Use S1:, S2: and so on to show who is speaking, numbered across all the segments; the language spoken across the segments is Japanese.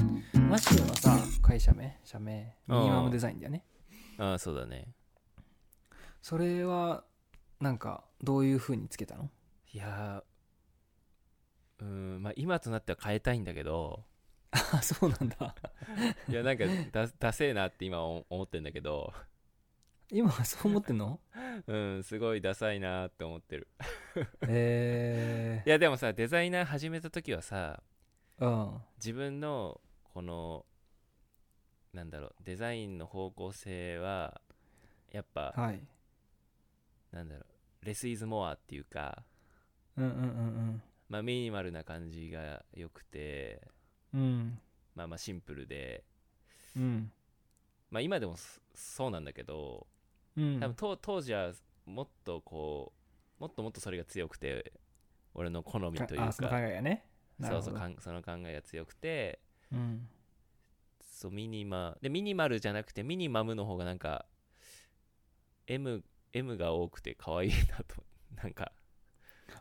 S1: シュはさ会社名社名ミニマムデザインだよね
S2: ああそうだね
S1: それはなんかどういう風につけた の
S2: いやーうーんまあ今となっては変えたいんだけ ど
S1: あそうなんだ
S2: いやなんかだダセえなって今お思ってんだけど
S1: 今はそう思ってんの
S2: うんすごいダサいなって思ってる
S1: え
S2: いやでもさデザイナー始めた時はさ
S1: ー、うん
S2: 自分のこのなんだろうデザインの方向性はやっぱ
S1: はい
S2: なんだろうレス・イズ・モアっていうか、
S1: うんうんうん
S2: まあ、ミニマルな感じが良くて、
S1: うんうん
S2: まあ、まあシンプルで、
S1: うん
S2: まあ、今でもそそうなんだけど
S1: うん
S2: 多分と当時はもっとこうもっともっとそれが強くて俺の好みという
S1: あ
S2: か
S1: その考えがねなる
S2: そう
S1: ほど
S2: そうかんその考えが強くて
S1: うん
S2: そうミニマでミニマルじゃなくてミニマムの方がなんか M, M が多くて可愛いなと なんか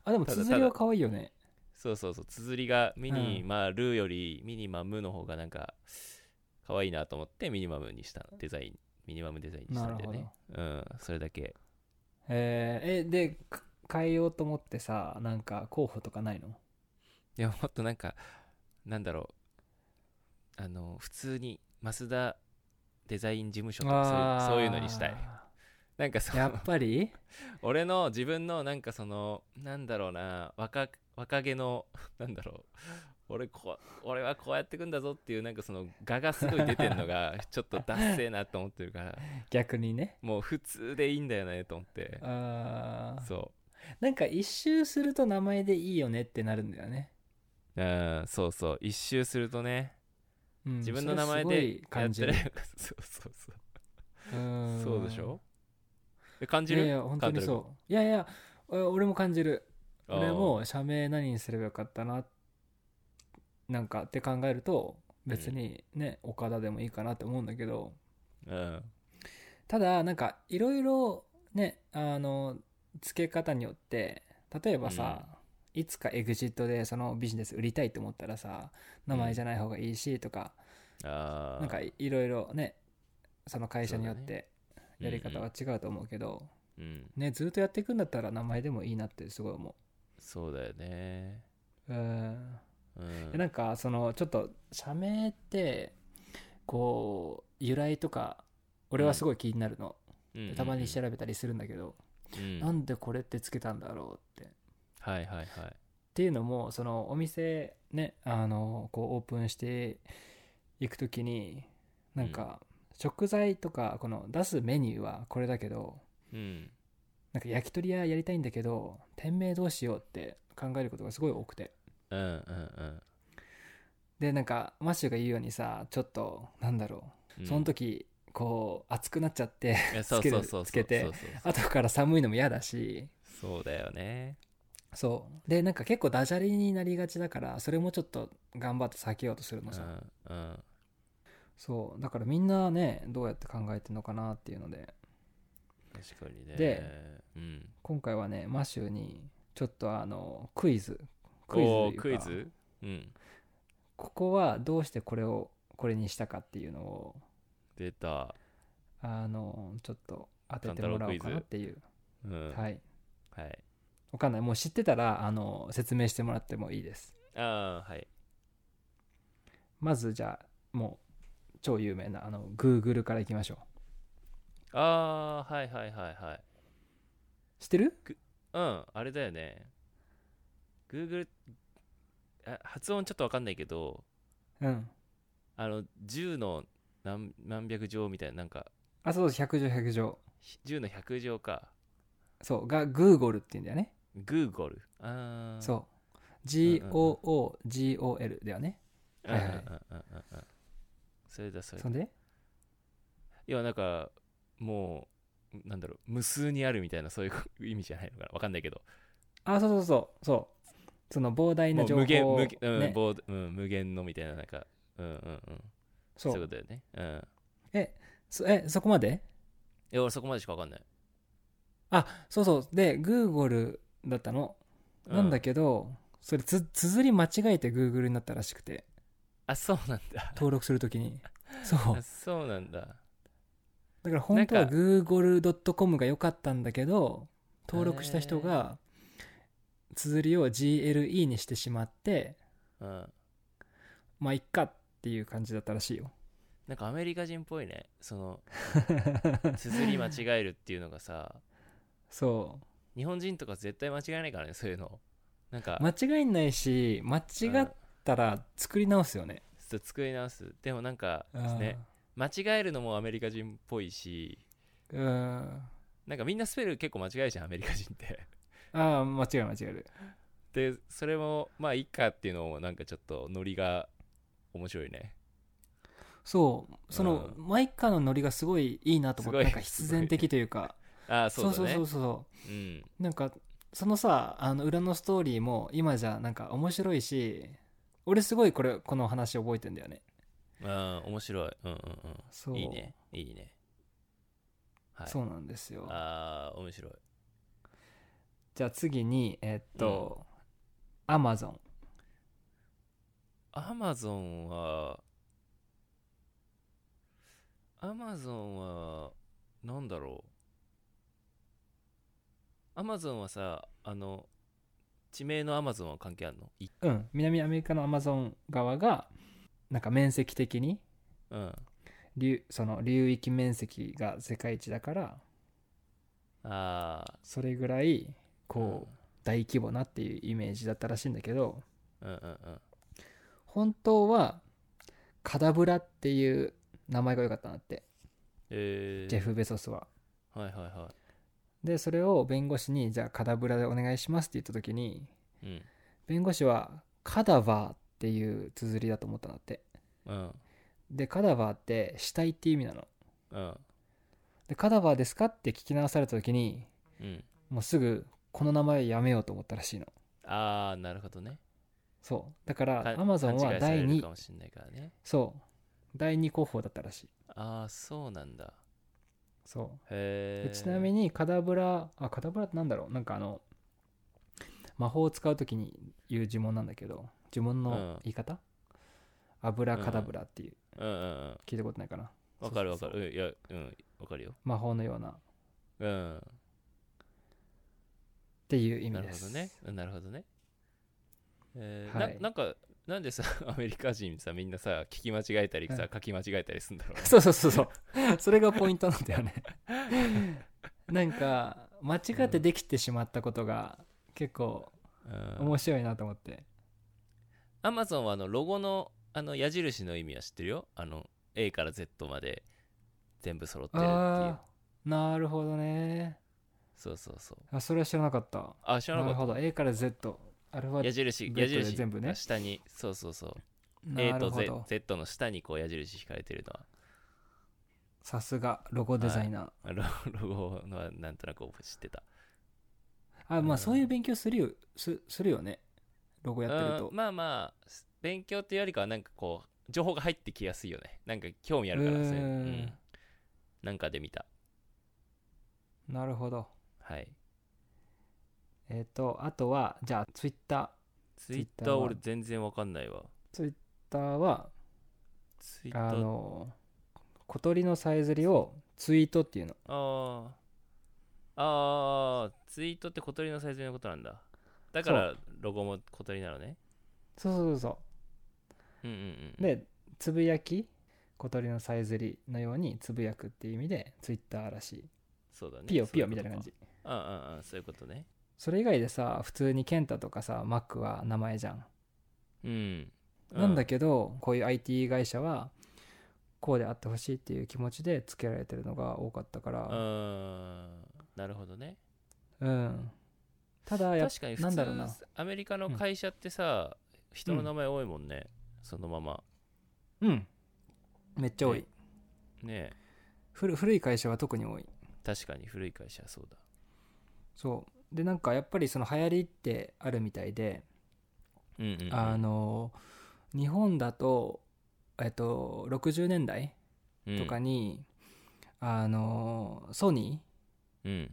S1: あでも
S2: ただ
S1: 綴りは可愛いよね
S2: そうそうそう綴りがミニマルよりミニマムの方がなんか可愛いなと思ってミニマムにしたデザインミニマムデザインにしたんだよねうんそれだけ
S1: えー、えでか変えようと思ってさなんか候補とかないの
S2: いやもっとなんかなんだろうあの普通に増田デザイン事務所とかそういうそういうのにしたいなんかそ
S1: や
S2: の
S1: っぱり
S2: 俺の自分のなんかそのなんだろうな若若気のなんだろう俺こう俺はこうやってくんだぞっていうなんかその画がすごい出てる のがちょっとダッセーなと思ってるから
S1: 逆にね
S2: もう普通でいいんだよねと思って
S1: あー
S2: そ
S1: なんか一周すると名前でいいよねってなるんだよね、
S2: ううんそうそう一周するとね
S1: うん
S2: 自分の名前でやった
S1: それ
S2: ら
S1: す
S2: そ
S1: ごい感じる
S2: うそうそう
S1: うん
S2: そうでしょえ感
S1: い
S2: じ
S1: や
S2: る
S1: いや本当にそういやいやえ俺も感じる
S2: あー
S1: 俺も社名何にすればよかったななんかって考えると別にね、岡田でもいいかなって思うんだけど
S2: うん
S1: ただなんかいろいろねあの付け方によって例えばさ、いつかエグジットでそのビジネス売りたいと思ったらさ名前じゃない方がいいしとか、
S2: あー
S1: なんかいいろいろねその会社によってやり方は違うと思うけど、
S2: うんうん、うん
S1: ねずっとやっていくんだったら名前でもいいなってすごい思
S2: そうだよね
S1: ううん
S2: うん
S1: でなんかそのちょっと社名ってこう由来とか俺はすごい気になるの、
S2: うんうんうん
S1: たまに調べたりするんだけど、
S2: うん
S1: なんでこれってつけたんだろうってっ
S2: はいはいはい
S1: ていうのもそのお店ねあのこうオープンしていく時になんか食材とかこの出すメニューはこれだけど
S2: うん
S1: なんか焼き鳥屋やりたいんだけど店名どうしようって考えることがすごい多くて
S2: うんうん
S1: でなんかマッシュが言うようにさちょっとなんだろ
S2: う
S1: うんその時こう熱くなっちゃって
S2: いや
S1: つける
S2: そうそうそう
S1: つけて
S2: そうそうそう
S1: 後から寒いのも嫌だし
S2: そうだよね
S1: そうでなんか結構ダジャレになりがちだからそれもちょっと頑張って避けようとする
S2: う
S1: のさ、
S2: んうん
S1: そうだからみんなねどうやって考えてんのかなっていうので
S2: 確かにね
S1: で
S2: うん
S1: 今回はねマッシュにちょっとあのクイズクイズ
S2: おー
S1: と
S2: ク
S1: いう
S2: イ
S1: か
S2: ズうん
S1: ここはどうしてこれをこれにしたかっていうのを
S2: 出た
S1: あのちょっと当ててもらおうかなっていう、
S2: うん
S1: はいい
S2: はい
S1: わかんないもう知ってたらあの説明してもらってもいいです
S2: ああはい
S1: まずじゃあもう超有名なあの Google からいきましょ
S2: ああはいはいはいはいう
S1: 知ってる
S2: うん、あれだよね。Google、あ発音ちょっとわかんないけど、
S1: うん
S2: あの、10の何何百乗みたいな、なんか、
S1: あそう百0 0乗100乗
S2: ひ10の100乗か。
S1: そうが Google っていうんだよね
S2: Google。あー
S1: そう
S2: うん
S1: GOOGOL だよね
S2: うんうんうん
S1: はいはい
S2: うんうんうんそれだ、それ
S1: そ
S2: だ。
S1: んで
S2: いや、なんか、もう、なんだろう、無数にあるみたいな、そういう意味じゃないのかな。わかんないけど。
S1: あそうそうそうそうその膨大
S2: も
S1: な
S2: う
S1: 情報
S2: 無限、無限、うん
S1: ね
S2: 棒うん、無限のみたいな、なんか、うんうんうん。
S1: そ
S2: そういう
S1: う
S2: ことだよね。うん。
S1: えそえそこまで
S2: いや、俺そこまでしかわかんない。
S1: そうそうで Google だったの
S2: う
S1: なんだけどそれつ綴り間違えて Google になったらしくて
S2: あそうなんだ
S1: 登録するときにそう
S2: あそうなんだ
S1: だから本当
S2: な
S1: は
S2: んか
S1: google.com が良かったんだけど登録した人が綴りを GLE にしてしまって
S2: うん
S1: まあいっかっていう感じだったらしいよ
S2: なんかアメリカ人っぽいね その綴り間違えるっていうのがさ
S1: そ
S2: 日本人とか絶対間違えないからねそういうのなんか
S1: う間違いないし間違
S2: うん
S1: ったら作り直すよね、
S2: そう作り直すでもなんか
S1: うん
S2: ね間違えるのもアメリカ人っぽいし
S1: うん
S2: なんかみんなスペル結構間違えるじゃんアメリカ人って
S1: ああ間違える間違える
S2: でそれもまあいいかっていうのもなんかちょっとノリが面白いね
S1: そうその、
S2: う
S1: マイカのノリがすごいいいなと思って
S2: すご
S1: ないんか必然的というか
S2: ああそ
S1: そうそう
S2: うだね
S1: そうそう
S2: うん
S1: なんかそのさあの裏のストーリーも今じゃなんか面白いし俺すごいこれこの話覚えてんだよね
S2: あー面白いうんうん
S1: そううん
S2: いいねいいねはい
S1: そうなんですよ
S2: ああ面白い
S1: じゃあ次にえっとアマゾン
S2: アマゾンはアマゾンはなんだろうアマゾンはさあの地名のアマゾンは関係あるのい
S1: うん南アメリカのアマゾン側がなんか面積的に
S2: うん
S1: 流その流域面積が世界一だから
S2: ああ
S1: それぐらいこう
S2: う
S1: 大規模なっていうイメージだったらしいんだけど
S2: うんうんうん
S1: 本当はカダブラっていう名前が良かったなって
S2: えー、
S1: ジェフ・ベソスは
S2: はいはいは
S1: でそれを弁護士にじゃあカダブラでお願いしますって言った時に
S2: いうん
S1: 弁護士はカダバーっていう綴りだと思ったんだって
S2: うん
S1: でカダバーって死体って意味なの
S2: うん
S1: でカダバーですかって聞き直された時に
S2: うん
S1: もうすぐこの名前やめようと思ったらしいの
S2: ああなるほどね
S1: そうだから
S2: か
S1: アマゾン
S2: 勘違
S1: はい
S2: され
S1: 第
S2: る
S1: 2
S2: かもしれないからね
S1: そう第2候補だったらしい
S2: ああそうなんだ
S1: そう
S2: へ
S1: で
S2: え
S1: ちなみにカダブラあカダブラってなんだろうなんかあの魔法を使う時に言う呪文なんだけど呪文の言い方、アブラカダブラっていう、
S2: うんうんうん
S1: 聞いたことないかな
S2: わかるわか
S1: そうそうそう
S2: るうんいやうんわかるよ
S1: 魔法のようなっ
S2: うん
S1: ていう意味
S2: なる
S1: で
S2: ほ
S1: す
S2: どねうんなるほどねえー
S1: はい
S2: ななんかなんでさ アメリカ人さみんなさ聞き間違えたり
S1: は
S2: さ
S1: い
S2: 書き間違えたりするんだろう
S1: そうそうそうそうそれがポイントなんだよねなんか間違ってできてしまったことが結構
S2: うん
S1: 面白いなと思って、
S2: アマゾンはあのロゴのあの矢印の意味は知ってるよあの A から Z まで全部揃ってるっていう
S1: ああなるほどね
S2: そうそうそう
S1: あそれは知らなかった
S2: あ知ら
S1: な
S2: な
S1: る
S2: かった
S1: ほど A から Z アルファ
S2: 矢印
S1: ベ
S2: 矢
S1: ッドで
S2: 印
S1: 全部ね
S2: が下にそうそうそう A
S1: なる
S2: と
S1: ほ
S2: Z,
S1: ど
S2: Z の下にこう矢印引かれてるのは
S1: さすがロゴデザイナー、
S2: あロロゴのはなんとなく知ってた
S1: あま
S2: う
S1: あ
S2: ん
S1: そういう勉強するよすするよねロゴやってると、
S2: うんまあまあす勉強っていうよりかはなんかこう情報が入ってきやすいよねなんか興味あるからそうい
S1: う
S2: うのうんんなんかで見た
S1: なるほど
S2: はい
S1: えっ、とあとはじゃあツイッター
S2: ツイッ
S1: Twitter
S2: ター
S1: は
S2: 俺全然わかんないわ
S1: ツイッターは
S2: ツイッタ
S1: あ
S2: ー
S1: の小鳥のさえずりをツイートっていうの
S2: あああーツイートって小鳥のサイズのことなんだだからロゴも小鳥なのね
S1: そうそうそうそ
S2: うんうん
S1: う
S2: うん
S1: でつぶやき小鳥のさえずりのようにつぶやくっていう意味でツイッターらしい
S2: そうだね
S1: ピヨピヨ
S2: そう
S1: み
S2: う
S1: た
S2: こ
S1: い
S2: と
S1: な感
S2: か
S1: じ
S2: うんうんうんそういうことね
S1: それ以外でさ普通にケンタとかさマックは名前じゃん
S2: うん
S1: なんだ
S2: け
S1: けど、こういう IT 会社はこうであってほしいっていう気持ちで付けられてるのが多かったか
S2: う
S1: ら、
S2: んなるほどね
S1: うんただやっ
S2: 確かに
S1: な
S2: 普
S1: んだ
S2: 通
S1: ろうな
S2: アメリカの会社ってさ、人の名前多いもんね、そのまま
S1: うんめっちゃ多い、
S2: ねね
S1: 古古い会社は特に多い
S2: え確かに古い会社はそうだ
S1: そうでなんかやっぱりその流行りってあるみたいで、
S2: うんうんうん
S1: あの日本だとえっと60年代とかに、あのソニー
S2: うんうん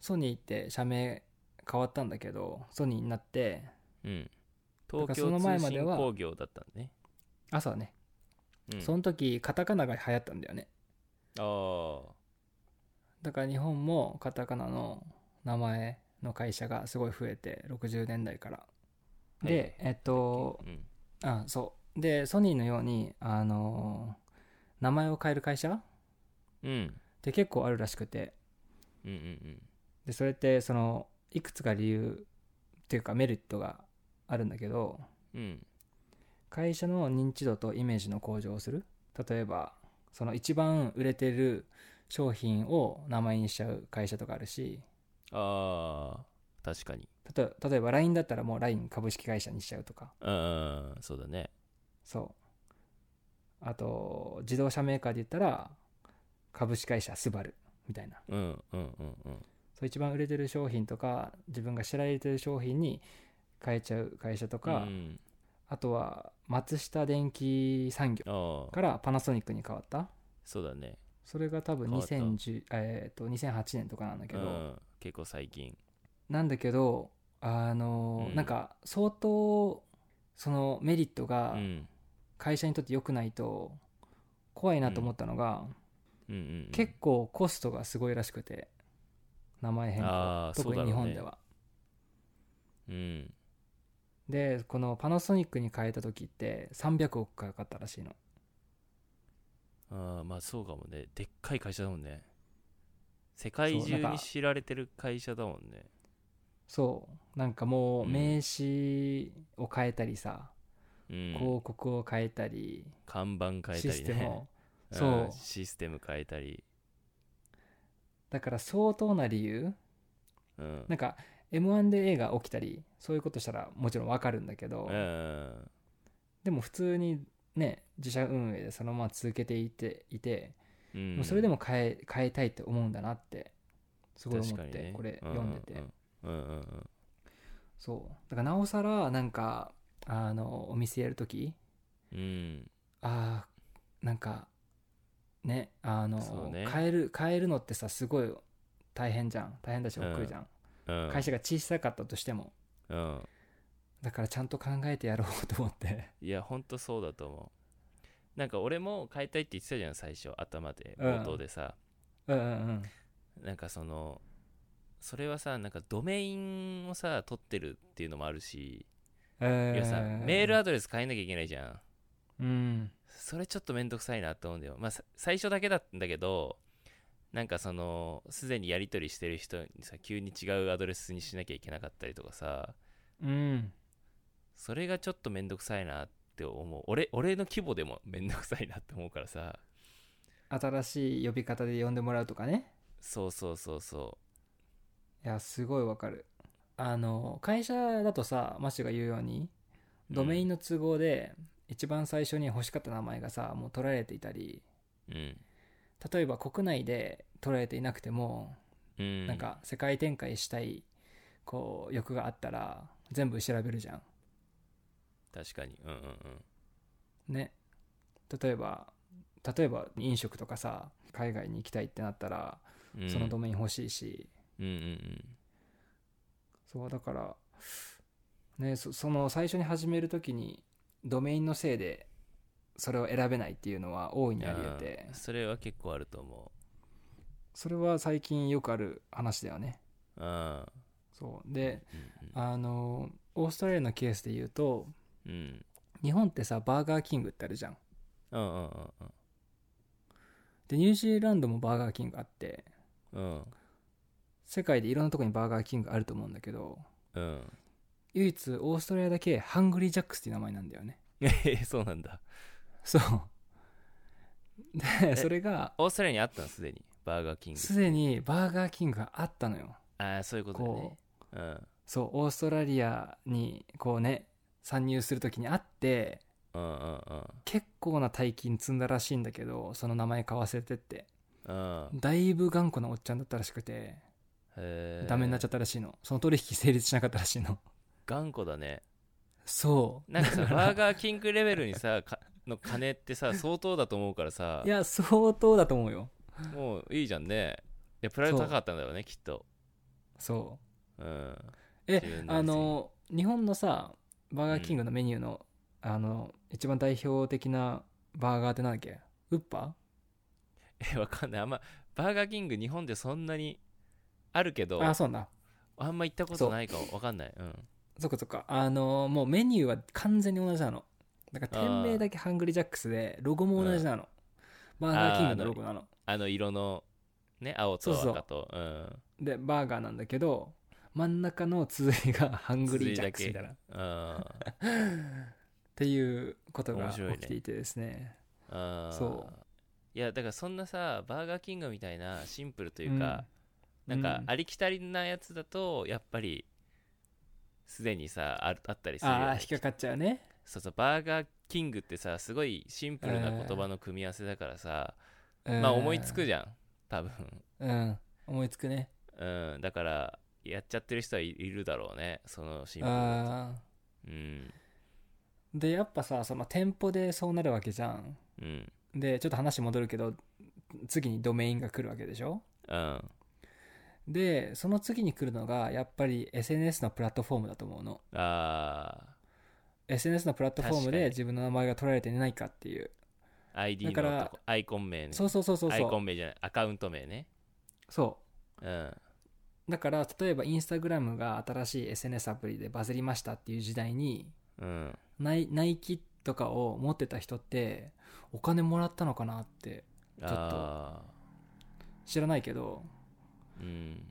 S1: ソニーって社名変わったんだけどソニーになって
S2: うん
S1: だから
S2: 東
S1: その前
S2: 京
S1: ま
S2: 通
S1: で
S2: 信
S1: は
S2: 工業だったね
S1: 朝ね、
S2: うん、
S1: その時カタカナが流行ったんだよね
S2: ああ
S1: だから日本もカタカナの名前の会社がすごい増えて60年代から
S2: はい
S1: でえっと
S2: うん
S1: あそうでソニーのようにあのー名前を変える会社っ
S2: うん
S1: て結構あるらしくて
S2: うんうん
S1: でそれってそのいくつか理由っていうかメリットがあるんだけど
S2: うんうん
S1: 会社の認知度とイメージの向上をする例えばその一番売れてる商品を名前にしちゃう会社とかあるし
S2: ああ確かに
S1: 例え例えば LINE だったらもう LINE 株式会社にしちゃうとか
S2: うんそうだね
S1: そうあと自動車メーカーで言ったら株式会社スバルみたいな
S2: うんうんうんうん
S1: そう一番売れてる商品とか自分が知られてる商品に変えちゃう会社とか、
S2: うん、
S1: あとは松下電機産業
S2: ああ
S1: からパナソニックに変わった
S2: そうだね
S1: それが多分
S2: 変わった
S1: 2010、えー、と2008年とかなんだけど、
S2: うん、結構最近
S1: なんだけどあのー
S2: うん
S1: なんか相当そのメリット
S2: う
S1: が
S2: ん
S1: 会社にとって良くないと怖いなと思ったのが、
S2: うんうんうん
S1: 結構コストがすごいらしくて名前変
S2: あ
S1: 更特
S2: ーそうだろ
S1: に
S2: う
S1: 日
S2: ね
S1: 本では、
S2: うん
S1: でこのパナソニックに変えた時って300億かかったらしいの
S2: あーまあそうかもねでっかい会社だもんね世界
S1: そう
S2: 中
S1: なん
S2: に
S1: か
S2: 知られてる会社だもんね
S1: そうなんかもう
S2: うん
S1: 名刺を変えたりさ、
S2: うん
S1: 広告を変えたり、
S2: 看板変えたりね
S1: システムを
S2: うん
S1: そう
S2: システム変えたり
S1: だから相当な理由
S2: うん
S1: なんか m 1で映画起きたりそういうことしたらもちろんわかるんだけど、
S2: うん
S1: でも普通にね自社運営でそのまま続けていていて、
S2: うん
S1: もうそれでも変え変えたいって思うんだなってすごい思っ
S2: 確か
S1: て、
S2: にね
S1: これ読んでて、
S2: うんうんうんうん
S1: そうだからなおさらなんかあのお店やる時
S2: うんうん
S1: あーなんかねあ
S2: そ
S1: の、
S2: うね
S1: 変える変えるのってさすごい大変じゃん大変だし
S2: うん
S1: 億劫じゃん、
S2: うん
S1: 会社が小さかったとしても
S2: うん
S1: だからちゃんと考えてやろうと思って
S2: いやほんとそうだと思うなんか俺も変えたいって言ってたじゃん最初頭で
S1: うん
S2: 冒頭でさ
S1: うんうんうん
S2: なんかそのそれはさなんかドメインをさ取ってるっていうのもあるしい
S1: え
S2: やさメールアドレス変えなきゃいけないじゃん
S1: うん
S2: それちょっとめんどくさいなと思うんだよまあさ最初だけだったんだけどなんかそのすでにやり取りしてる人にさ急に違うアドレスにしなきゃいけなかったりとかさ
S1: うん
S2: それがちょっとめんどくさいなって思う俺俺の規模でもめんどくさいなって思うからさ
S1: 新しい呼び方で呼んでもらうとかね
S2: そうそうそうそ
S1: いやすごいわかるあの会社だとさマッシュが言うように
S2: うん
S1: ドメインの都合で一番最初に欲しかった名前がさもう取られていたり
S2: ううん
S1: 例えば国内で取られていなくても、
S2: うん
S1: なんか世界展開したいこう欲があったら全部調べるじゃん
S2: 確かにうんうんうん
S1: ね例えば例えば飲食とかさ海外に行きたいってなったら
S2: うん
S1: そのドメイン欲しいし、
S2: うんうんうん
S1: そうだからねそその最初に始める時にドメインのせいでそれを選べないっていうのは大いにあり得て
S2: あーそれは結構あると思
S1: それは最近よくある話だよね
S2: ううん
S1: そうで
S2: うん
S1: あのオーストラリアのケースで言うと
S2: うん
S1: 日本ってさバーガーキングってあるじゃん
S2: うんうんうん
S1: でニュージーランドもバーガーキングあって
S2: うん
S1: 世界でいろんなとこにバーガーキングあると思うんだけど
S2: うん うん
S1: 唯一オーストラリアだけハングリージャックスっていう名前なんだよね
S2: えそうなんだ
S1: そうでそれが
S2: オーストラリアにあったのすでにバーガーキング
S1: すでにバーガーキングがあったのよ
S2: ああそういうことだ
S1: こ
S2: ね
S1: う
S2: うん
S1: そうオーストラリアにこうね参入する時にあって
S2: うんうん
S1: 結構な大金積んだらしいんだけどその名前買わせてって
S2: うんうん
S1: だいぶ頑固なおっちゃんだったらしくて
S2: へー
S1: ダメになっちゃったらしいのその取引成立しなかったらしいの
S2: 頑固だね
S1: そう
S2: なんか さバーガーキングレベルにさかの金ってさ相当だと思うからさ
S1: いや相当だと思うよ
S2: もういいじゃんねいやプライド高かったんだろうねきっと
S1: そ
S2: うん
S1: うえ
S2: 自分の店
S1: あの日本のさバーガーキングのメニューの、あの一番代表的なバーガーってなんだっけウッパ
S2: え わかんないあんまバーガーキング日本でそんなにあるけど
S1: ーあそうなんだ
S2: あんま行ったことないかもわかんないうん
S1: そっかそっかあのもうメニューは完全に同じなのだから店名だけハングリージャックスでロゴも同じなの、バーガーキングのロゴなの
S2: あの色のね青
S1: そ
S2: と
S1: うそう
S2: 赤とうん
S1: でバーガーなんだけど真ん中の綴りがハングリージャックスみたい なっ
S2: う ん
S1: ていうことが
S2: 面
S1: 起
S2: 白いね
S1: きていてですね
S2: うん
S1: そ
S2: いやだからそんなさバーガーキングみたいなシンプルというか、
S1: うん
S2: なんか
S1: うん
S2: ありきたりなやつだとやっぱりすでにさああったりするよね
S1: ああ引っかかっちゃうね
S2: そうそうバーガーキングってさすごいシンプルな言葉の組み合わせだからさ、まあ思いつく
S1: じ
S2: じゃん多分、
S1: ゃんうん思いつくね
S2: うん、だからやっちゃってる人はいいるだろうねそのシンプルだと
S1: ああ
S2: うん
S1: でやっぱさその店舗でそうなるわけじゃん
S2: うん
S1: でちょっと話戻るけど次にドメインが来るわけでしょ
S2: うん
S1: でその次に来るのがやっぱり SNS のプラットフォームだと思うの
S2: あ
S1: SNS のプラットフォーム
S2: 確かに
S1: で自分の名前が取られてないかっていう
S2: ー ID の
S1: だから
S2: とこアイコン名ね
S1: そうそうそうそう
S2: アイコ
S1: そ
S2: ン
S1: う
S2: 名じゃないアカウント名ね
S1: そ
S2: うん
S1: うだから例えばインスタグラムが新しい SNS アプリでバズりましたっていう時代に
S2: うん
S1: ナイナイキとかを持ってた人ってお金もらったのかなって
S2: ち
S1: ょっと知らないけど
S2: うん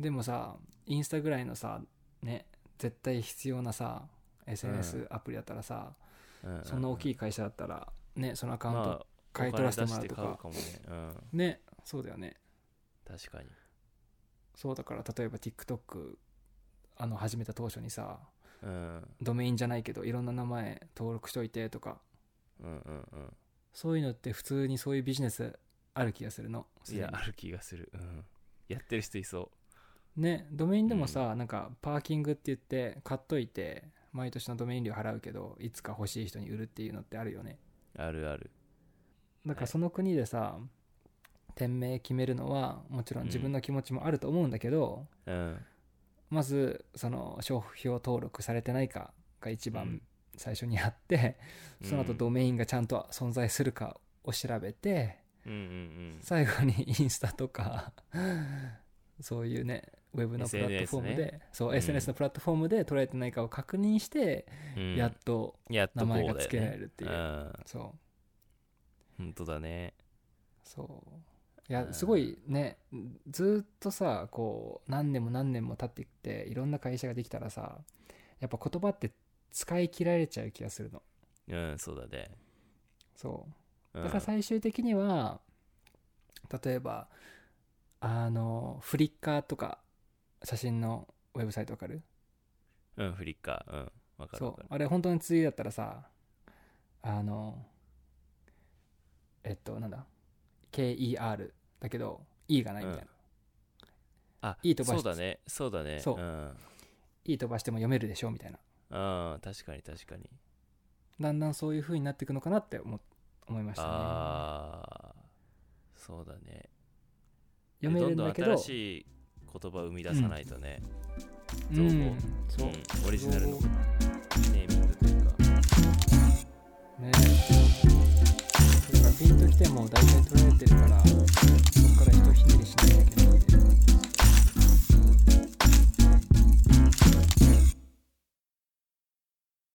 S1: でもさインスタぐらいのさね絶対必要なさ SNS アプリだったらさ、
S2: うん
S1: そんな大
S2: い
S1: きい会社だったらねそのアカウン
S2: ま
S1: ト
S2: あ
S1: 買い取らせてもらうと
S2: お
S1: か,、
S2: 金出して買うかもね
S1: ねそうだよね
S2: うん確かに
S1: そうだから例えば TikTok あの始めた当初にさ
S2: うん
S1: ドメインじゃないけどいろんな名前登録しといてとか
S2: うんうん
S1: そういうのって普通にそういうビジネスある気がするの
S2: うんいやある気がするうんやってる人いそ
S1: ねドメインでもさ、なんかパーキングって言って買っといて毎年のドメイン料払うけどいつか欲しい人に売るっていうのってあるよね
S2: うあるある
S1: だか
S2: は
S1: ら
S2: い
S1: その国でさ、店名決めるのはもちろん自分の気持ちもあると思うんだけど、
S2: うん
S1: まずその商標登録されてないかが一
S2: う
S1: 番
S2: ん
S1: 最初にあって、その後ド
S2: う
S1: メインがちゃんと存在するかを調べて、
S2: うんうん
S1: 最後にインスタとか そういうねウェブのプラットフォームで
S2: SNS
S1: そうう、
S2: ん
S1: SNS のプラットフォームで捉えてないかを確認して、
S2: うん
S1: やっと
S2: やっ
S1: 名
S2: とこうだ
S1: 前
S2: よ
S1: が
S2: ね
S1: 付けられるっていう、
S2: うん
S1: そう
S2: 本当だね
S1: そういや
S2: うん
S1: すごいねずーっとさこう何年も何年も経っていっていろんな会社ができたらさやっぱ言葉って使い切られちゃう気がするの
S2: うんそうだね
S1: そう
S2: うん
S1: だから最終的には、例えばあのフリッカーとか写真のウェブサイトわかる
S2: うんフリッカーうんわかるわ
S1: そ
S2: か
S1: う
S2: る
S1: あれ本当に次だったらさあのえっとなんだ KER だけど E がないみたいな、
S2: あ
S1: いい飛ばし
S2: そうだねそうだね
S1: そう
S2: うん、
S1: いい飛ばしても読めるでしょみたいな
S2: うん、確かに確かに
S1: だんだんそういう風になっていくのかなって思思いましたね
S2: ああそうだね
S1: 読めるんだけど
S2: どんどん新しい言葉を生み出さないとね、
S1: う
S2: 造語、
S1: ん、そううん
S2: オリジナルの
S1: 造語
S2: ネーミングというか
S1: ねだからピンときても大体取られてるからそこからひとひねりしないといけない